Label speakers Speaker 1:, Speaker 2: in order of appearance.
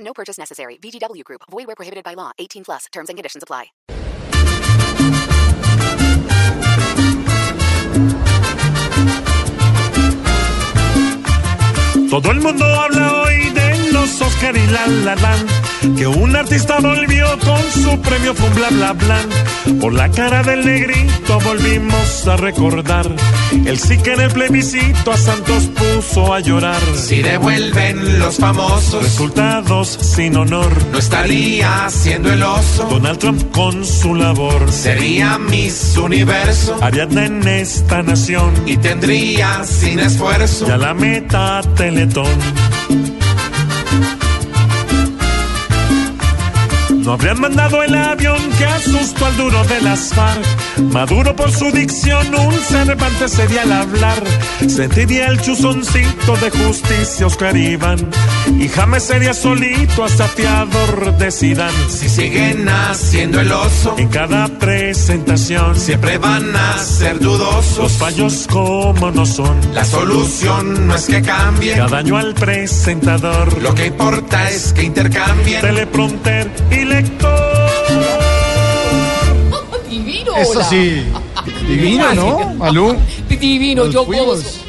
Speaker 1: No purchase necessary. VGW Group. Void where prohibited by law. 18 plus. Terms and conditions apply.
Speaker 2: Todo el mundo habla hoy de los Oscar y la la la. Que un artista volvió con su premio fue un bla bla bla. Por la cara del negrito volvimos a recordar. El sí que en el plebiscito a Santos puso a llorar.
Speaker 3: Si devuelven los famosos,
Speaker 2: Resultados sin honor.
Speaker 3: no estaría siendo el oso.
Speaker 2: Donald Trump con su labor.
Speaker 3: Sería Miss Universo
Speaker 2: Ariadna en esta nación.
Speaker 3: y tendría sin esfuerzo
Speaker 2: Ya la meta Teletón. No habrían mandado el avión que asustó al duro de las FARC. Maduro por su dicción, un cervante sería al hablar. Sentiría el chuzoncito de justicia Oscar Iván. Y James sería solito asafiador de Sidán.
Speaker 3: si siguen haciendo el oso.
Speaker 2: En cada presentación,
Speaker 3: Siempre van a ser
Speaker 2: los
Speaker 3: dudosos.
Speaker 2: fallos como no son.
Speaker 3: La solución no es que cambien.
Speaker 2: Cada año al presentador.
Speaker 3: Lo que importa es que intercambien.
Speaker 2: teleprompter y lector.
Speaker 4: Divino.
Speaker 5: Eso
Speaker 4: hola.
Speaker 5: sí. Divina, ¿no? Malú.
Speaker 4: Divino,
Speaker 5: Nos
Speaker 4: yo
Speaker 5: fuimos.
Speaker 4: gozo.